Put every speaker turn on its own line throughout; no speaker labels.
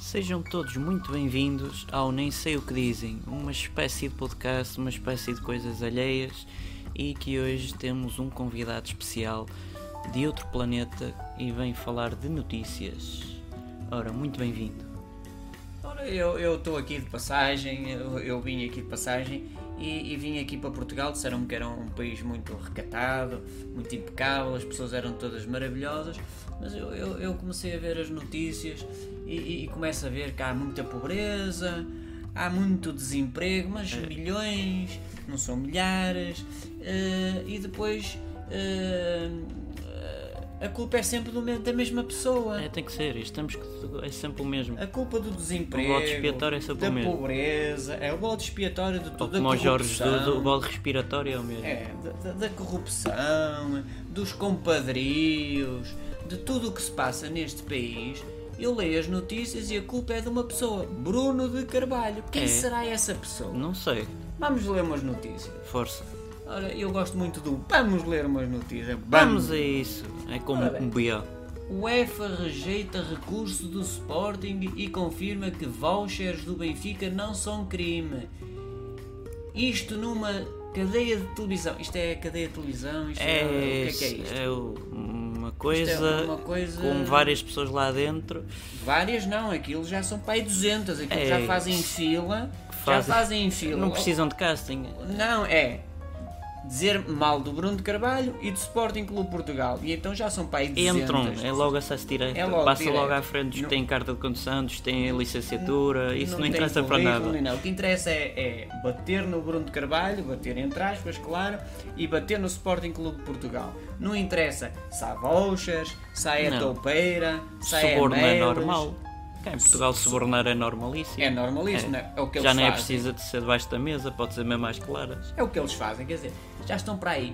Sejam todos muito bem-vindos ao Nem Sei O Que Dizem, uma espécie de podcast, uma espécie de coisas alheias e que hoje temos um convidado especial de outro planeta e vem falar de notícias. Ora, muito bem-vindo.
Ora, eu estou aqui de passagem, eu, eu vim aqui de passagem e, e vim aqui para Portugal. Disseram-me que era um país muito recatado, muito impecável, as pessoas eram todas maravilhosas, mas eu, eu, eu comecei a ver as notícias e, e, e começo a ver que há muita pobreza, há muito desemprego, mas milhões, não são milhares, eh, e depois. eh, eh, a culpa é sempre do me- da mesma pessoa.
É, tem que ser, isto temos que. é sempre o mesmo.
A culpa do desemprego,
O bode expiatório é sempre
da
o mesmo.
pobreza, é o bode expiatório de
Ou
tudo,
como
da
o Jorge
corrupção,
do, do bode respiratório é o mesmo.
é, da, da- da corrupção, dos compadrios, de tudo o que se passa neste país. Eu leio as notícias e a culpa é de uma pessoa, Bruno de Carvalho. Quem
É.
será essa pessoa?
Não sei,
Vamos ler umas notícias.
força.
Ora, eu gosto muito do vamos ler umas notícias.
Vamos a isso. É como
Ora bem.
um B.O.
UEFA rejeita recurso do Sporting e confirma que vouchers do Benfica não são crime. Isto numa cadeia de televisão. Isto é cadeia de televisão? Isto
É,
o que é que é isto?
é o- uma coisa,
uma coisa-
com várias pessoas lá dentro.
Várias não, aquilo já são para aí 200, aquilo
É.
já fazem fila.
Fazem-
Já fazem fila.
Não precisam de casting.
Não, é. Dizer mal do Bruno de Carvalho e do Sporting Clube Portugal. E então já são para aí 200.
Entram, é logo acesso direto.
É logo
passa
direto.
logo à frente dos que
Não-
têm carta de condução, dos que têm licenciatura. Isso não,
tem
interessa para
currículo
nada.
nem nada. O que interessa é, é bater no Bruno de Carvalho, bater entre aspas, claro, e bater no Sporting Clube de Portugal. Não interessa se há vouchers, se há a
Não.
toupeira, se há
Suborno é
e-mails.
normal. Cá em Portugal, subornar é normalíssimo.
É normalíssimo, não é? É o que
Já
eles
nem é
fazem.
precisa de ser debaixo da mesa, pode ser mesmo às claras.
É o que eles fazem, quer dizer, já estão para aí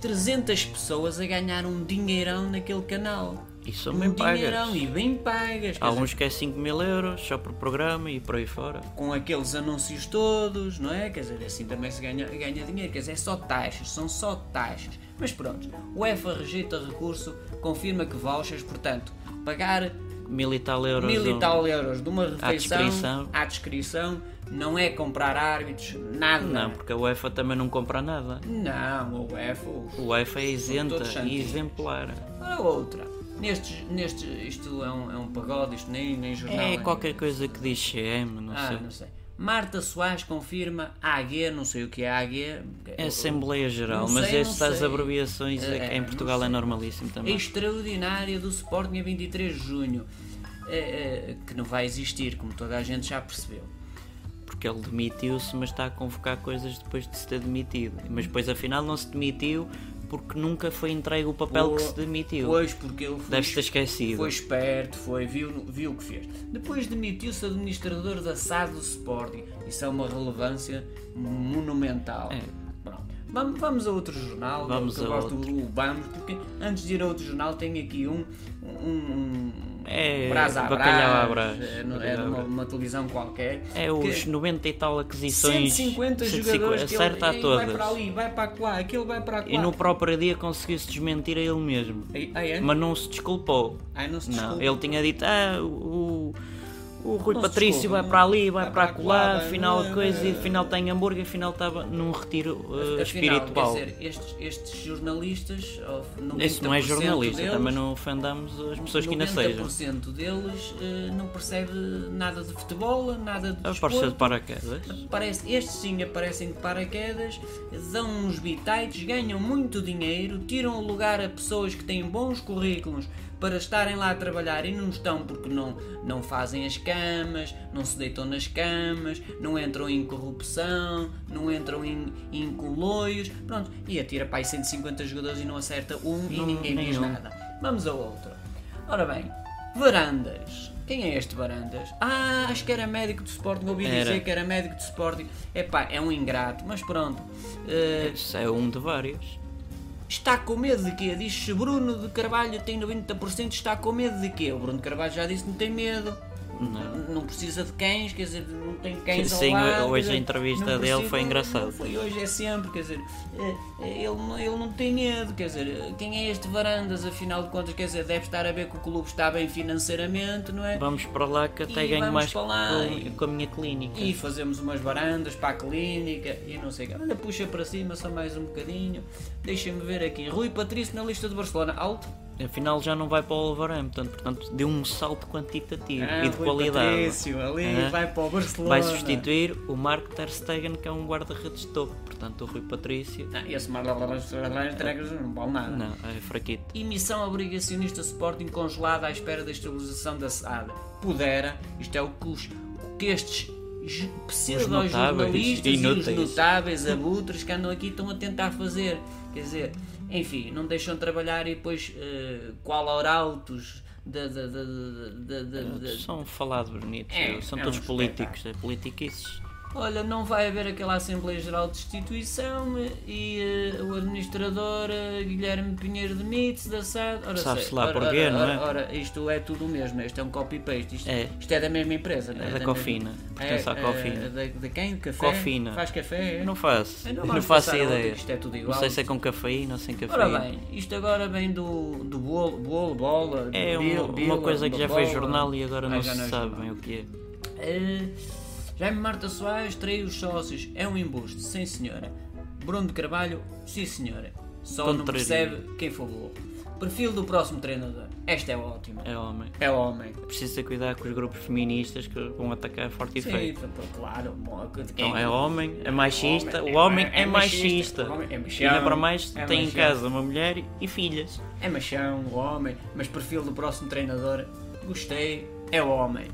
300 pessoas a ganhar um dinheirão naquele canal.
E são
Um
bem pagas.
dinheirão e bem pagas. quer
Há
dizer,
uns que é 5 mil euros só por programa e por aí fora.
com aqueles anúncios todos, não é? Quer dizer, assim também se ganha, ganha dinheiro, quer dizer, é só taxas, são só taxas. Mas pronto, o EFA rejeita recurso, confirma que vouchers, portanto, pagar
Mil e tal euros.
mil
um-
e tal euros de uma refeição
descrição.
à descrição não é comprar árbitros, nada.
Não, porque a UEFA também não compra nada.
Não, o EFA.
A UEFA é isenta
todos
e
santinhos.
exemplar.
Para outra. Nestes, nestes, isto é um, é um pagode, isto nem, nem jornal.
é qualquer coisa que diz CM, não
Ah,
sei.
não sei. Marta Soares confirma AG, não sei o que é AG.
É Assembleia Geral,
Não
mas
sei, não
estas
sei.
abreviações é,
É,
em
não
Portugal é normalíssimo também.
extraordinária do Sporting a 23 de junho, eh, eh, que não vai existir, como toda a gente já percebeu.
Porque ele demitiu-se, mas está a convocar coisas depois de se ter demitido. Mas depois afinal não se demitiu porque nunca foi entregue o papel
Por-
que se demitiu.
Pois, porque ele foi,
Deve-se ter esquecido.
foi esperto, foi, viu, viu o que fez. Depois demitiu-se administrador da SAD do Sporting. Isso é uma relevância monumental.
É.
Pronto. Vamos, vamos a outro jornal,
Vamos
que eu
a
gosto do do Vamos, porque antes de ir a outro jornal tenho aqui um, um, um
É,
Brás a
bacalhau à
Brás,
Brás.
é, no- é
Bacalhau à
numa
Brás.
uma televisão qualquer.
É
que-
os 90 e tal aquisições.
150 jogadores que ele,
Acerta a
"Ei, vai
todas.
para ali, vai para lá, aquele vai para lá.
E no próprio dia conseguiu-se desmentir a ele mesmo.
Ai, ai, ai.
Mas não se desculpou.
Ai, não se
Não,
desculpe.
ele tinha dito, ah, o, o Rui
Não se
Patrício
desculpa,
vai
não.
para ali, vai, para
Vai para né,
acolá,
acolá,
afinal
vai-
coisa, e
vai-
afinal tem hambúrguer, afinal estava num retiro uh,
Afinal,
espiritual.
Quer dizer, estes, estes jornalistas, ou f-
Isso não é
90%
jornalista,
deles,
também não ofendamos as pessoas que ainda sejam.
90% deles eh, não percebe nada de futebol, nada de
Apareceu de
desporto.
paraquedas.
Parece, estes sim aparecem de paraquedas, dão uns bitites, ganham muito dinheiro, tiram o lugar a pessoas que têm bons currículos para estarem lá a trabalhar e não estão porque não, não fazem as camas, não se deitam nas camas, não entram em corrupção, não entram em, em coloios, pronto, e atira para aí 150 jogadores e não acerta um e
Não,
ninguém diz
nenhum.
nada. Vamos a outro. Ora bem, Varandas. Quem é este Varandas? Ah, acho que era médico do Sporting, ouvi
Era.
dizer que era médico do Sporting. Epá, é um ingrato, mas pronto. Eh,
Isso é um de vários.
está com medo de quê? Diz-se Bruno de Carvalho tem 90%, está com medo de quê? O Bruno de Carvalho já disse que não tem medo. não. precisa de cães, quer dizer, não tem cães
Sim,
ao lado,
hoje
quer
a
dizer,
entrevista
não
dele foi
não
engraçada.
Foi hoje, é sempre, quer dizer, eh, ele, não- ele não tem medo, quer dizer, quem é este Varandas, afinal de contas, quer dizer, deve estar a ver que o clube está bem financeiramente, não é?
Vamos para lá que até
E
ganho
vamos
mais
para lá
com,
e-
com a minha clínica.
E fazemos umas varandas para a clínica e não sei o que. Olha, puxa para cima só mais um bocadinho. Deixa-me ver aqui. Rui Patrício na lista de Barcelona. Alto.
Afinal já não vai para o Alvarém, portanto, portanto deu um salto quantitativo
Ah,
e de
Rui
qualidade.
Patrício, ali
Ah.
vai para o Barcelona.
Vai substituir o Mark Ter Stegen, que é um guarda-redes de topo, portanto o Rui Patrício.
Não, Ah, esse Marlalaralalaralalaralalaralalaralalaralalar não vale nada.
Não, é fraquito.
Emissão obrigacionista Sporting congelada à espera da estabilização da SAD. Pudera, isto é o que, os, o que estes ju-
notáveis,
pseudo-jornalistas e os
inúteis.
notáveis abutres que andam aqui estão a tentar fazer. Quer dizer, enfim, não deixam trabalhar e depois eh, qual arautos da. da, da, da, da, da- da-
São falados bonitos,
eh, É,
são
é um
todos políticos, é politiquices.
Olha, não vai haver aquela Assembleia Geral de Destituição eh, e eh, o administrador eh, Guilherme Pinheiro demite-se da SAD. Ora,
Sabe-se
sei-
lá
ora,
porquê,
ora,
não é?
Ora, ora, isto é tudo o mesmo, isto é um copy-paste. Isto,
É.
isto é da mesma empresa, não é?
É da
mesma-
Cofina, pertence à
é,
Cofina.
é, da- de quem? Café?
Cofina.
Faz café? é?
Eu não faço,
Eu
eu
não
não,
vamos
faço
passar a outra,
ideia.
que isto é tudo
não
igual.
sei se é com cafeína ou sem cafeína.
Ora bem, isto agora vem do, do bolo, bolo, bola.
é uma,
bil-
uma
bila,
coisa que já foi
bola.
jornal e agora
Ah,
não
já
se
é
sabe
jornal.
bem o que é.
Eh, Jaime Marta Soares traiu os sócios. É um embuste, sim senhora. Bruno de Carvalho, sim senhora. Só não
Contraria.
percebe quem foi burro. Perfil do próximo treinador. Esta é ótima.
É homem.
É o homem.
Precisa cuidar com os grupos feministas que vão atacar forte e feio.
Sim, pô, claro. pô, de quem-
Então é homem, é machista,
homem,
o homem
é-
é,
é machista,
machista.
o homem é machão,
Ainda para mais,
é
tem em
machão.
casa uma mulher e filhas.
É machão, o homem, mas perfil do próximo treinador, gostei, é o homem.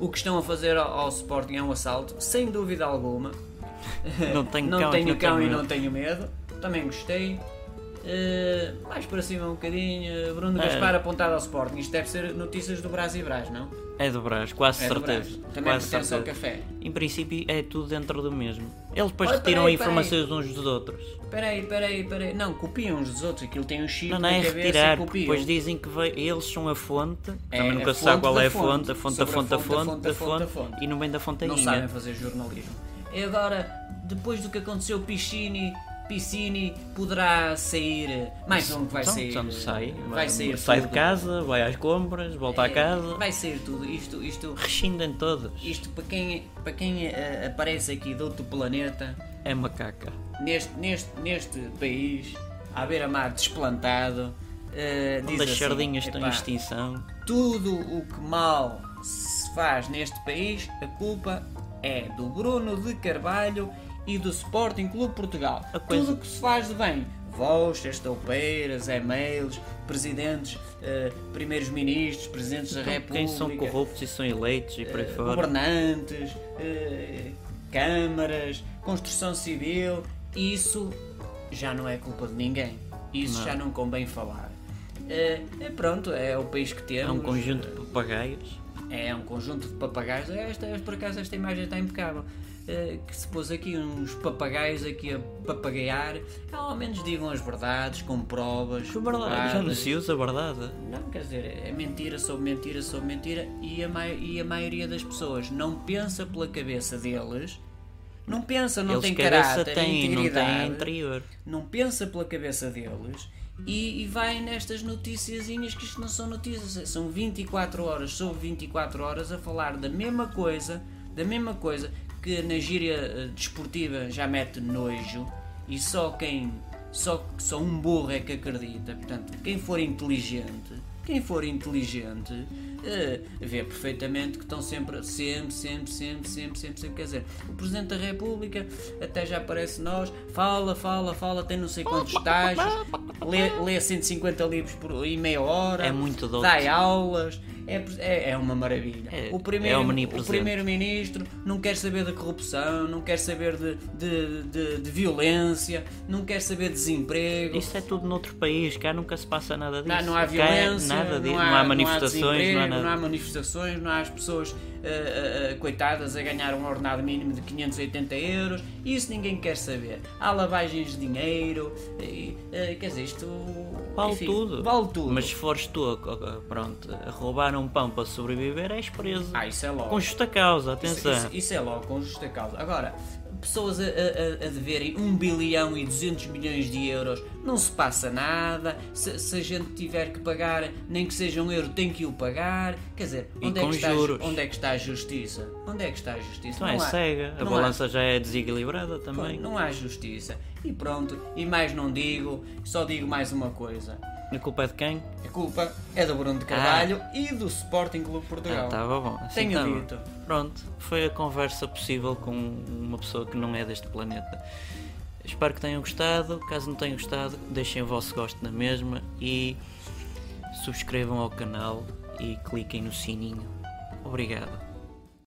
O que estão a fazer ao, ao Sporting é um assalto, sem dúvida alguma.
Não tenho
não
cão,
tenho
não
cão
tenho
e não
medo.
tenho medo, também gostei. Eh, mais para cima um bocadinho, eh, Bruno
É.
Gaspar apontado ao Sporting. Isto deve ser notícias do Brás e Brás, não?
É do Brás, quase
É do Brás.
certeza.
Também
quase
pertence ao
certeza.
café.
Em princípio é tudo dentro do mesmo. Eles depois
Olha,
retiram
peraí,
informações uns dos outros.
Peraí, peraí, peraí. Não, copiam uns dos outros, aquilo tem um chip
Não, não
na
é
cabeça e
retirar, porque
copiam.
depois dizem que veio- eles são a fonte.
É,
Também nunca
a
se sabe
fonte
qual
da
é a
fonte.
fonte, a fonte, a
Sobre a
fonte, a
fonte, a
fonte, a
fonte, a
fonte,
fonte.
e não vem da
Não sabem
fontainha.
fazer jornalismo. E agora, depois do que aconteceu, Piscini, Piscini poderá sair. Mais um que vai
Então,
sair.
então sai,
vai sair.
sai de
tudo.
casa, vai às compras, volta à
É,
casa,
Vai sair tudo. Isto, isto,
rescindem todas.
isto para quem, para quem eh, aparece aqui de outro planeta,
É macaca.
neste, neste, neste país, à beira-mar desplantado. eh, diz
Onde as
assim,
sardinhas estão em
"Epá,
extinção.
tudo o que mal se faz neste país, a culpa é do Bruno de Carvalho e do Sporting Clube Portugal.
A coisa-
Tudo o que se faz de bem. Vouchers, toupeiras, e-mails, presidentes, eh, primeiros ministros, presidentes da República,
Quem são corruptos e são eleitos e por aí
eh,
fora.
governantes, eh, câmaras, construção civil, isso já não é culpa de ninguém. Isso já não convém falar. Eh, eh, pronto, é o país que
É
temos.
um
eh,
conjunto de papagaios.
É um conjunto de papagaios. É Esta, esta- por acaso esta imagem está impecável. Eh, que se pôs aqui uns papagaios aqui a papagaiar. Ao menos digam as verdades, com provas.
Que verdade, já não
provadas.
se usa, é verdade.
Não, quer dizer, é mentira sobre mentira sobre mentira e a, mai- e a maioria das pessoas não pensa pela cabeça deles. Não pensa, não
Eles
tem
cabeça têm,
caráter,
não têm
integridade
interior.
não pensa pela cabeça deles e, e vai nestas noticiazinhas que isto não são notícias, são 24 horas sobre 24 horas a falar da mesma coisa, da mesma coisa que na gíria eh, desportiva já mete nojo e só quem só, só um burro é que acredita. Portanto, quem for inteligente, quem for inteligente eh, vê perfeitamente que estão sempre, sempre, sempre, sempre, sempre, sempre, sempre. Quer dizer, o Presidente da República até já aparece nós, fala, fala, fala, tem não sei quantos estágios, lê, lê 150 livros por, em meia hora,
É muito doido.
dá aulas, é, pre- é, é uma maravilha.
É-
o primeiro,
é
o
omnipresente.
primeiro-ministro não quer saber da corrupção, não quer saber de, de, de- de violência, não quer saber de desemprego.
Isso é tudo noutro país, cá nunca se passa nada disso.
Não, não
Cá
há
é
violência,
nada disso,
não, há,
manifestações, não há
desemprego,
nada.
não há manifestações, não há as pessoas ah, ah, ah, coitadas a ganhar um ordenado mínimo de 580 euros. Isso ninguém quer saber. Há lavagens de dinheiro, e, ah, quer dizer, isto
Vale
enfim,
tudo.
Vale tudo.
Mas se fores tu, a- a- a- pronto, a roubar ganhar um pão para sobreviver és preso.
Ah, isso é logo.
Com justa causa,
Isso,
atenção.
isso- isso é logo, com justa causa. Agora, pessoas a, a- a- a deverem 1 bilhão e 200 milhões de euros, não se passa nada. Se, se a gente tiver que pagar, nem que seja um euro, tem que o pagar. Quer dizer,
E
onde é,
com
que está, a ju-
juros.
onde é que está a justiça? Onde é que está a justiça?
Não é
há-
cega, a
não há-
balança já é desequilibrada também.
Não há justiça. E pronto, e mais não digo, só digo mais uma coisa.
A culpa é de quem?
A culpa é do Bruno de Carvalho e do Sporting Clube Portugal.
Ah, estava bom. Assim
Tenho
tá bom.
dito.
Pronto, foi a conversa possível com uma pessoa que não é deste planeta. Espero que tenham gostado. Caso não tenham gostado, deixem o vosso gosto na mesma e subscrevam ao canal e cliquem no sininho. Obrigado.